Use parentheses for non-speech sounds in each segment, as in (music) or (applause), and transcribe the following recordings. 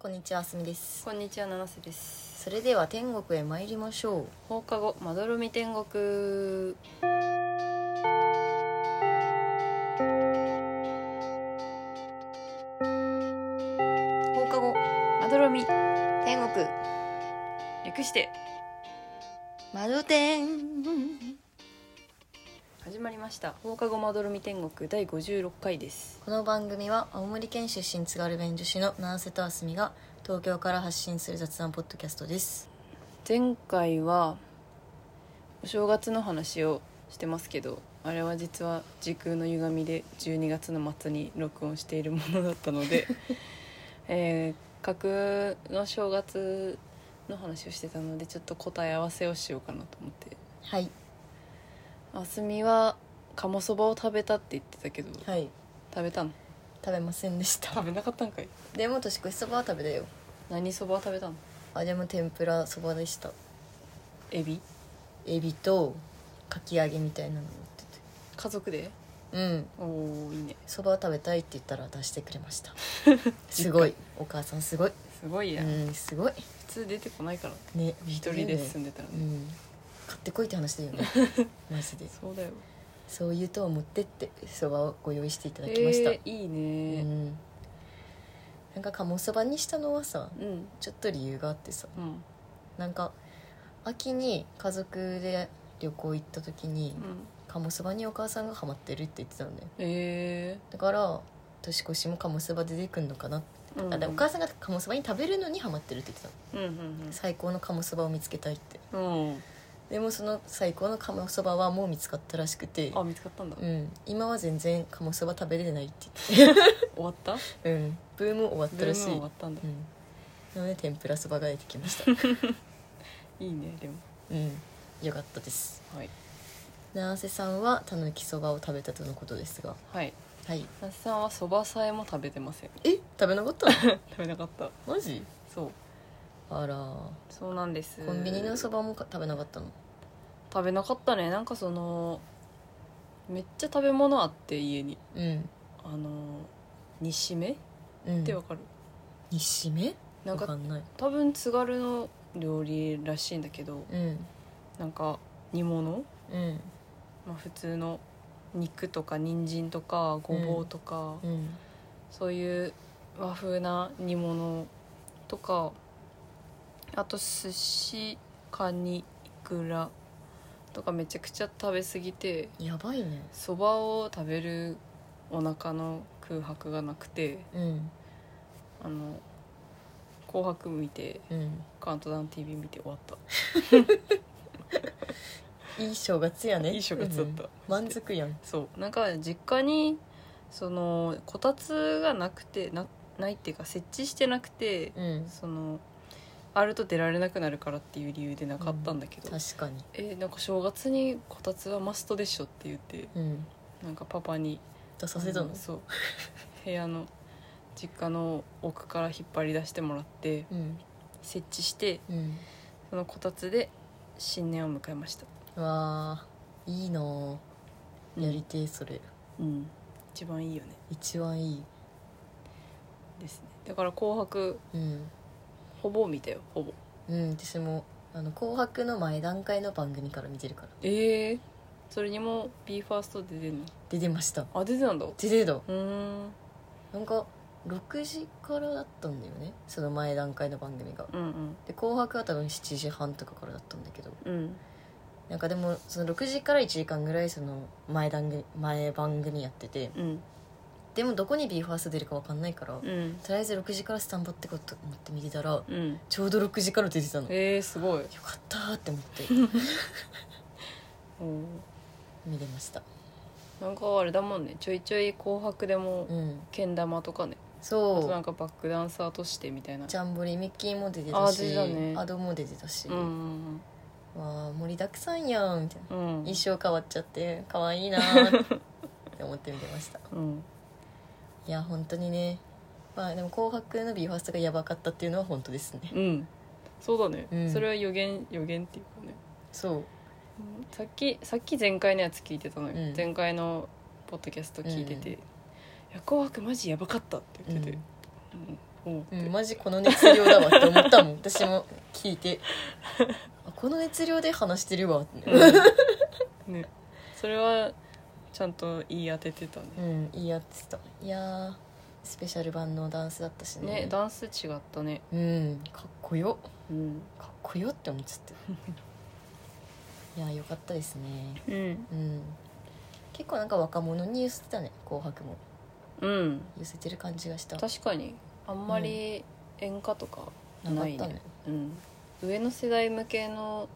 こんにちは、あすみです。こんにちは七瀬ですそれでは天国へ参りましょう。放課後まどろみ天国放課後まどろみ天国、略して窓天。始まりました放課後まどろみ天国第56回ですこの番組は青森県出身津軽弁女子の七瀬とあすみが東京から発信する雑談ポッドキャストです。前回はお正月の話をしてますけどあれは実は時空の歪みで12月の末に録音しているものだったの (laughs) でえー、架空の正月の話をしてたのでちょっと答え合わせをしようかなと思ってはい。あすみは鴨そばを食べたって言ってたけどはい。食べたの食べませんでした。食べなかったんかいでも年越しそばは食べたよ。何そばを食べたのあ、でも天ぷらそばでした。エビエビとかき揚げみたいなの持ってて。家族でうん。おおいいねそば食べたいって言ったら出してくれました。すごい。お母さんすごい。すごいや、う普ん、すごい。通出てこないからね、一人で住んでたらねうん、買ってこいって話だよ (laughs) ねマジでそうだよそういう塔を持ってってそばをご用意していただきました、えーいいうねん、なんか鴨そばにしたのはさうんうん、ちょっと理由があってさなんか秋に家族で旅行行った時に鴨そばにお母さんがハマってるって言ってたのねえだから年越しも鴨そば出てくんのかな、ーうんあでお母さんが鴨そばに食べるのにハマってるって言ってたのうん最高の鴨そばを見つけたいってうんうんうんでもその最高の鴨そばはもう見つかったらしくてあ見つかったんだ、うん、今は全然鴨そば食べれてないって終わった言って、うん、ブーム終わったらしいブーム終わったんだうん、なので天ぷらそばが出てきました (laughs) いいねでもうんよかったですはい七瀬さんはたぬきそばを食べたとのことですがはいはい那須さんはそばさえも食べてませんえ食べなかった食べなかった (laughs) マジそうあらそうなんですコンビニのそばもか食べなかったの食べなかったねなんかそのめっちゃ食べ物あって家にうんあの煮しめっうんてわかる、煮しめなわんかかんない多分津軽の料理らしいんだけどうんなんか煮物うんまあ、普通の肉とか人参とかごぼうとか、うんそういう和風な煮物とかあと寿司カニイクラとかめちゃくちゃ食べ過ぎてやばいねそばを食べるお腹の空白がなくてうんあの「紅白」見てうん「カウントダウン TV」見て終わ (laughs) ったいい正月やねいい正月だったうん満足やんそうなんか実家にそのこたつがなくてなないっていうか設置してなくて、うんそのあると出られなくなるからっていう理由でなかったんだけど、確かにえなんか正月にこたつはマストでしょって言ってうんなんかパパに出させたあののそう部屋の実家の奥から引っ張り出してもらってうん設置してうんそのこたつで新年を迎えました、うわーいいなーうんやりてえそれ、うん、一番いいよね一番いいですねだから「紅白うん」ほぼ見たよほぼうん私もあの紅白の前段階の番組から見てるからええそれにも BE:FIRST 出てんの出てましたあ出てたんだう出てたーんなんか6時からだったんだよねその前段階の番組がうんうんで紅白は多分7時半とかからだったんだけどうんなんかでもその6時から1時間ぐらいその前段組前番組やっててうんでもどこに BE:FIRST 出るか分かんないから、うんとりあえず6時からスタンバってこと思って見てたらうんちょうど6時から出てたのよえー、すごいかったーって思 (laughs) っておー見れましたなんかあれだもんねちょいちょい「紅白」でもうんけん玉とかねあとなそんかバックダンサーとしてみたいなうジャンボリミッキーも出てたしあ出てたねアドも出てたし、うんうんわあ盛りだくさんやんみたいなうん衣装変わっちゃって可愛いなーって思って見てま (laughs) したうんいや本当にねまあでも「紅白」の BE:FIRST がやばかったっていうのは本当ですねうんそうだね、うんそれは予言予言っていうかねそうさっきさっき前回のやつ聞いてたのよ、うん前回のポッドキャスト聞いてて「うんいや紅白マジやばかった」って言ってて、うんうん思って、うん、マジこの熱量だわって思ったもん私も聞い (laughs) てあこの熱量で話してるわって、 (laughs) うんね、それはちゃんと言い当ててたねうんいいやつだいやースペシャル版のダンスだったしねねダンス違ったねうんかっこようん、かっこよって思っ (laughs) ちゃったいやーよかったですねうんうん結構なんか若者に寄せてたね「紅白」もうん、寄せてる感じがした確かにあんまり演歌とかなかなっいたねねうん、上の世代向けの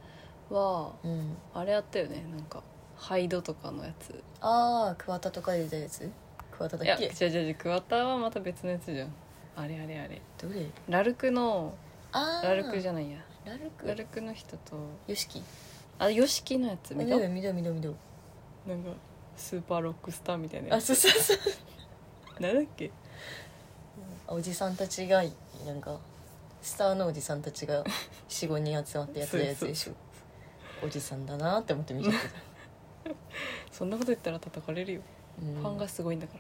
はうんあれあったよねなんかハイドとかのやつああ桑田とかで出たやつ桑田いだやっ違うけ違う違う桑田はまた別のやつじゃんあれあれあれどれラルクのああラルクゃじゃないやラルクラルクの人とよしきあヨシキのやつ見緑たなんか緑緑緑スーパーロックスターみたいなあやつそうそうそうなんだっけおじさんたちがなんかスターのおじさんたちが45人集まってやってるやつでしょおじさんだなって思って見ちゃってた、そんなこと言ったら叩かれるよ、うんファンがすごいんだか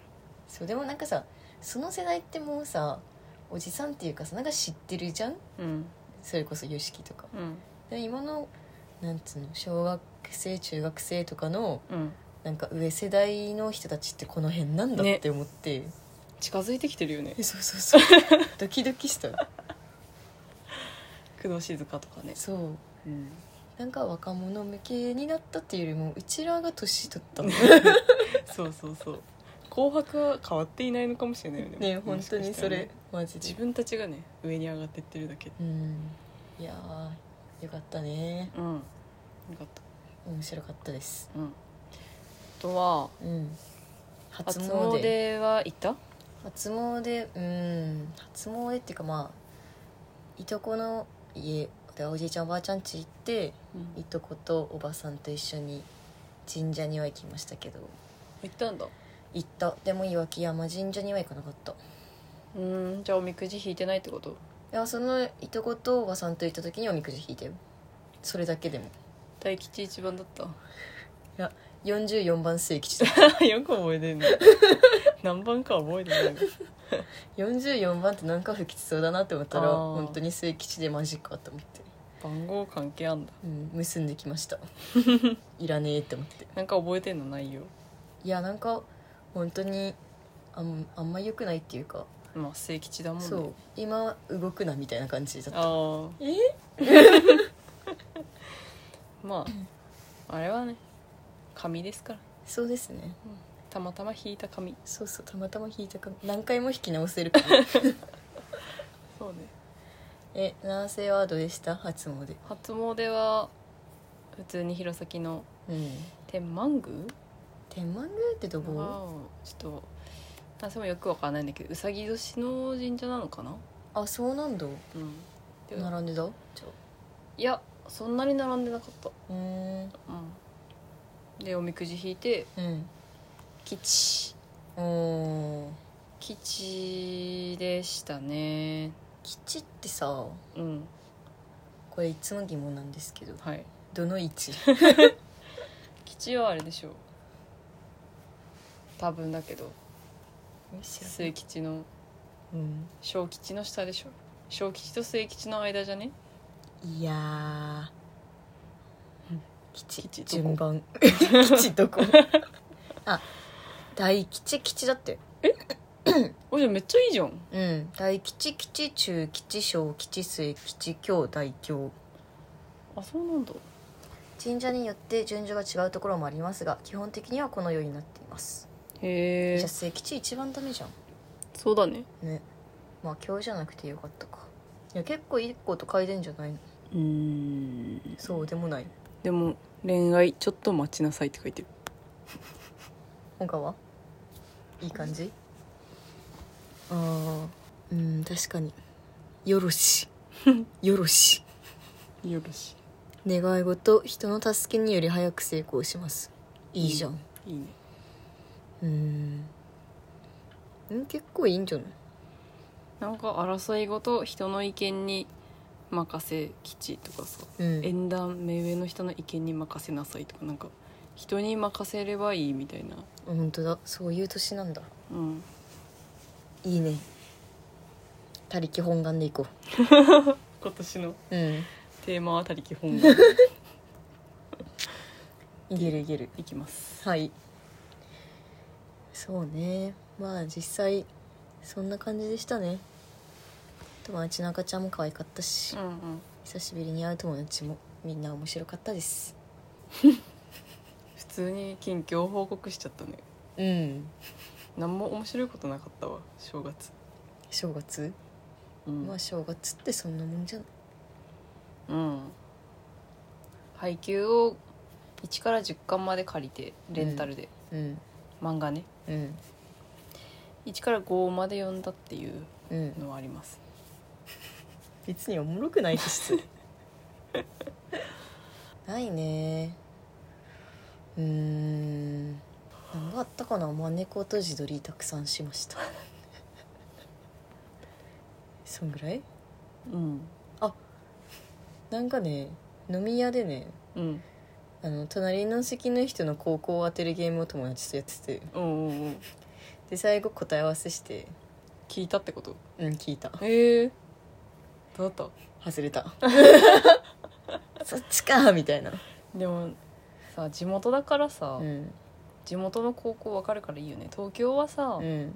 そうでもなんかさその世代ってもうさおじさんっていうかさなんか知ってるじゃんらうんそれこそ YOSHIKI とかうんで今のなんつうの小学生中学生とかのうんなんか上世代の人たちってこの辺なんだねって思って、近づいてきてるよねえそうそうそうドキドキした工藤静香とかねそううんなんか若者向けになったっていうよりもうちらが年取ったの (laughs) そうそうそう紅白は変わっていないのかもしれないよね (laughs) ねも本し当かにしたそらねれマジで自分たちがね上に上がってってるだけうんいやーよかったねうんよかった面白かったですうんあとはうん初初詣詣は行った初詣うん初詣っていうかまあいとこの家でおじいちゃんおばあちゃん家行っていとことおばさんと一緒に神社には行きましたけど行ったんだ行ったでも岩木山神社には行かなかったいうーんじゃあおみくじ引いてないってことやそのいとことおばさんと行った時におみくじ引いてよそれだけでも大吉一番だった44番末吉 (laughs) だよく覚えてんね何番か覚えてない44番ってなんか不吉そうだなって思ったらあー本当に末吉でマジかと思って、番号関係あんだうん、結んできま (laughs) したいらねえって思ってなんか覚えてんの内容いやなんか本当にあんあんま良くないっていうか、まあ正吉だもんねそう今動くなみたいな感じだったああえまああれはね紙ですからそうですねたまたま引いた紙そうそうたまたま引いたか何回も引き直せるからそうねえ男性はどうでした初詣初詣は普通に弘前のうん天満宮天満宮ってどこはちょっと私もよくわからないんだけどうさぎ年の神社なのかな、あそうなんだうん、で並んでたじゃいやそんなに並んでなかった、あうーんうん、でおみくじ引いてうん吉おー吉でしたね吉ってさうんこれいつも疑問なんですけどはいどの位置吉はあれでしょう多分だけど末吉のうん小吉の下でしょ小吉と末吉の間じゃねいやうーん吉吉どこ順 (laughs) 番吉どこあ大吉吉だっておじゃあめっちゃいいじゃんうん大吉吉中吉小吉末吉京大京あそうなんだ神社によって順序が違うところもありますが基本的にはこのようになっていますへじゃえあ末吉一番ダメじゃんそうだねねまあ今日じゃなくてよかったかいや結構いいこと書いてんじゃないのうーんそうでもないでも恋愛ちょっと待ちなさいって書いてる他はいい感じああうん確かによろし (laughs) よろしよろし願い事人の助けにより早く成功しますいいじゃんいいいねうんうん結構いいんじゃないなんか争いごと人の意見に任せ吉とかさうん縁談目上の人の意見に任せなさいとかなんか人に任せればいいみたいな本当だそういう年なんだうんいいね他力本願でいこ今年のううんテーマは「他力本願いけるいける」 (laughs) いきますはいそうねまあ実際そんな感じでしたね友達の赤ちゃんも可愛かったし、うんうん久しぶりに会う友達もみんな面白かったです普通に近況報告しちゃったねうん何も面白いことなかったわ正月正月、うん、まあ正月ってそんなもんじゃないうん、配給を1から10巻まで借りてレンタルで、うん漫画ねうん1から5まで読んだっていううんのはあります別におもろくないですないねうーん何があったかなまあ猫と自撮りたくさんしましたそんぐらいうんなんかね飲み屋でねうんあの隣の席の人の高校を当てるゲームを友達とやってておうんうんうんで最後答え合わせして聞いたってことうん聞いたええどうだっ外れたそっちかみたいなたでもさ地元だからさ、うん地元の高校わかるからいいよね東京はさ、うん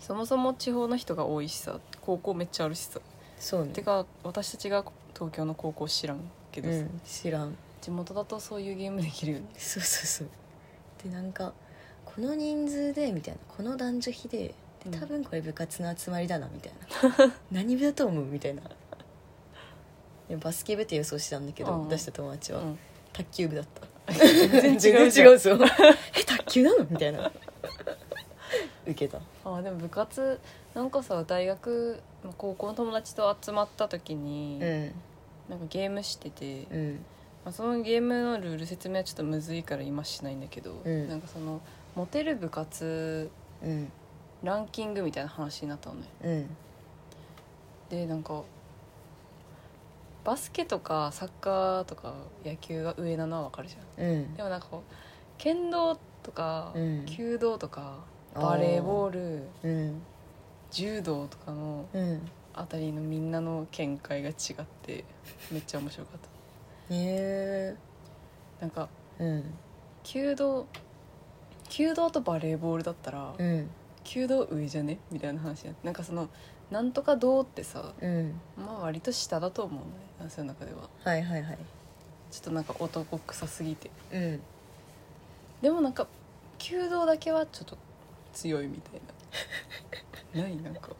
そもそも地方の人が多いしさ高校めっちゃあるしさ、そうねてか私たちが東京の高校知らんけどうさ、ん、知らん地元だとそういうゲームできるよねそうそうそうでなんかこの人数でみたいなこの男女比でうんで多分これ部活の集まりだなみたい (laughs) な何部だと思うみたいなでもバスケ部って予想してたんだけど、うん出した友達は、うん卓球部だった全然違全う然違うぞえ卓球なのみたいな受けたあーでも部活なんかさ大学まあ高校の友達と集まった時に、うんなんかゲームしてて、まうんあ、そのゲームのルール説明はちょっとむずいから今しないんだけど、うんなんかそのモテる部活うんランキングみたいな話になったのねうんでなんかバスケとかサッカーとか野球が上なのはわかるじゃうんんでもなんかこう剣道とか、うん弓道とかバレーボールうん柔道とかのうんあたりのみんなの見解が違ってめっちゃ面白かったへえなんかうん弓道弓道とバレーボールだったらうん弓道上じゃねみたいな話やなんかそのなんとか道ってさうんまあ割と下だと思うね男性の中でははいはいはいちょっとなんか男臭すぎてうんでもなんか弓道だけはちょっと強いみたい (laughs) なないなんか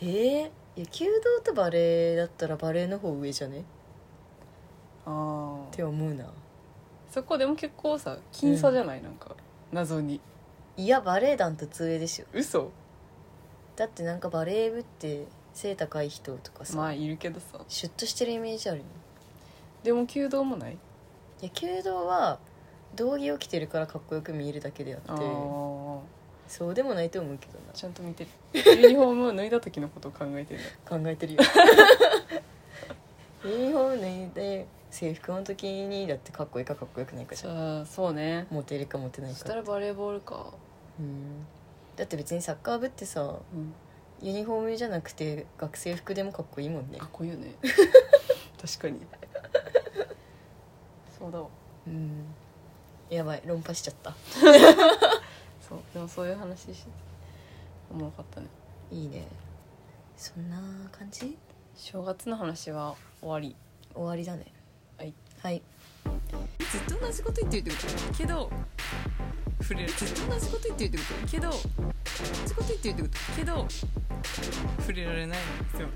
えー、いや弓道とバレーだったらバレーの方上じゃねっああて思うなそこでも結構さ僅差じゃない、なんか謎にいやバレエ団と通上でしょ嘘だってなんかバレー部って背高い人とかさ、まあいるけどさシュッとしてるイメージあるよでも弓道もないいや弓道は道着を着てるからかっこよく見えるだけでああってーそうでもないと思うけどなちゃんと見てるユニフォームを脱いだ時のことを考えてる考えて (laughs) るよユニフォーム脱いで制服の時にだってかっこいいかかっこよくないかじ (laughs) じゃんゃあそうねモテるかモテないそしかたらバレーボールかうんだって別にサッカー部ってさうんユニフォームじゃなくて学生服でもかっこいいもんねかっこいいよ (laughs) ね確かにそうだわうんやばい論破しちゃったそうでもそういう話しおもろかったねいいねそんな感じ正月の話は終わり終わりだねはいはいずっと同じこと言ってるってことけど触れるずっと同じこと言ってるってことけど同じこと言ってるってことけど触れられないんですよ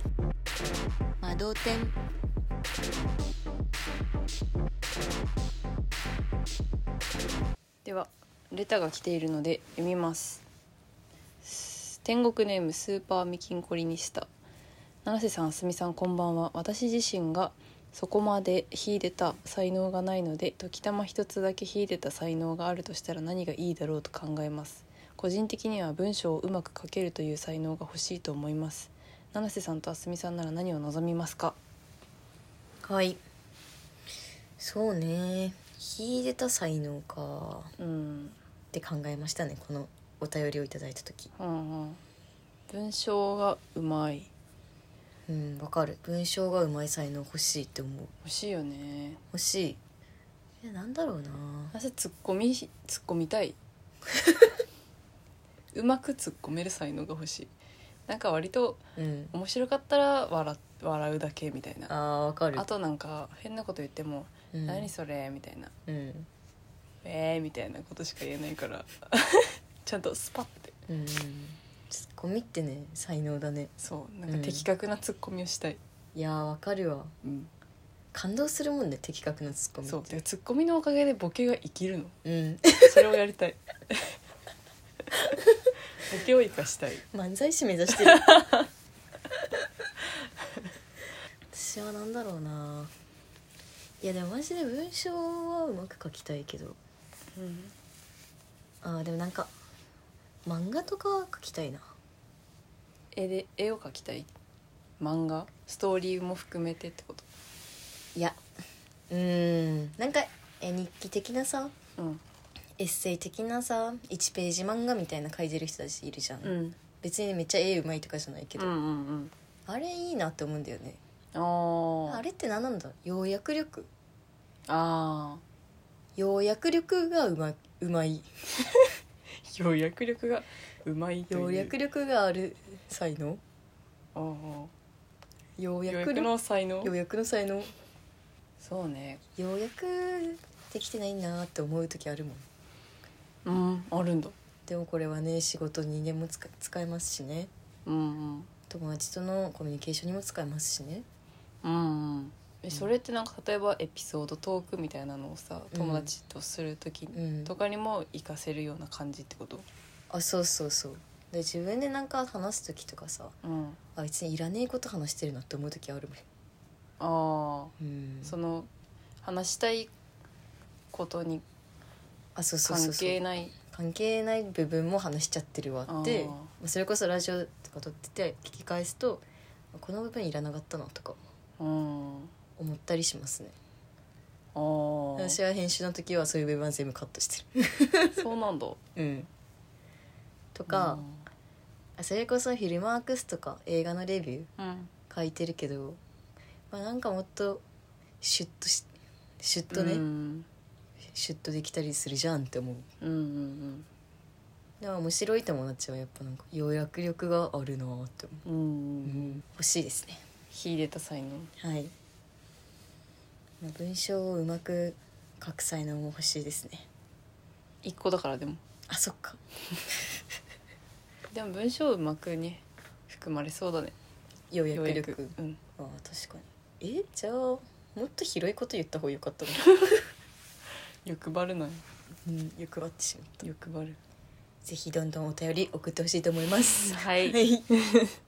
窓点ではレタが来ているので読みますす天国ネームスーパーミキンコリニスタ七瀬さんあすみさんこんばんは私自身がそこまで秀でた才能がないので時たま一つだけ秀でた才能があるとしたら何がいいだろうと考えます個人的には文章をうまく書けるという才能が欲しいと思います七瀬さんとあすみさんなら何を望みますかはいそうね秀でた才能かうんって考えましたねこのお便りをいただいた時うんうん文章がうまいうんわかる文章がうまい才能欲しいって思う欲しいよね欲しいえなんだろうな私ツッコミツッコみたい (laughs) うまくツッコめる才能が欲しいなんか割とうん面白かったら笑笑うだけみたいなあーわかるあとなんか変なこと言ってもう「ん、何それ」みたいなうん「えー」みたいなことしか言えないから (laughs) ちゃんとスパッてうんうんツッコミってね才能だねそうなんか的確なツッコミをしたい、いやーわかるわうん感動するもんね的確なツッコミそうでツッコミのおかげでボケが生きるのう、うん、 (laughs) それをやり (laughs) たいボケを生かしたい漫才師目指してる私は何だろうないやでもマジで文章はうまく書きたいけどうんあーでもなんか漫画とかは書きたいな絵で絵を描きたい漫画ストーリーも含めてってこといやうーんなんかえ日記的なさうんエッセイ的なさ1ページ漫画みたいな書いてる人たちいるじゃん、うん別にめっちゃ絵うまいとかじゃないけうんうど、んうんあれいいなって思うんだよねあああれって何なんだろう要約力あ要約力がうまうまいー要約力がうまいという要約力がある才能あー要要約約力の才能要約の才能そうね要約できてないなって思う時あるもんうんあるんだでもこれはね仕事にでも使使えますしねうんうん友達とのコミュニケーションにも使えますしねうんうんえそれってなんか例えばエピソードトークみたいなのをさうん友達とする時うんとかにも活かせるような感じってことあそうそうそうで自分でなんか話す時とかさうんあ別にいらねえこと話してるなって思う時あるああもん、うん、その話したいことにあそうそうそ関うそう係ない関係ない部分も話しちゃってるわってあーまあそれこそラジオとか撮ってて聞き返すとあこの部分いらなかったなとかうん思ったりしますねああ私は編集の時はそういう部分は全部カットしてそうなんだるうんとか、あそれこそフィルマークスとか映画のレビューうん書いてるけど、まあ、なんかもっとシュッとしシュッとね、うんシュッとできたりするじゃんって思ううんうんでも面白い友達はやっぱなんか要約力があるなーって思うんうう、んうん欲しいですね秀でた才能はいまあ文章をうまく書く才能も欲しいですね一個だからでもあそっかでも文章うまくね含まれそうだね要約ようや力くうんああ確かにえじゃあもっと広いこと言った方がよかったの (laughs) 欲張るなようん欲張ってしまう欲張るぜひどんどんお便り送ってほしいと思いますはいはい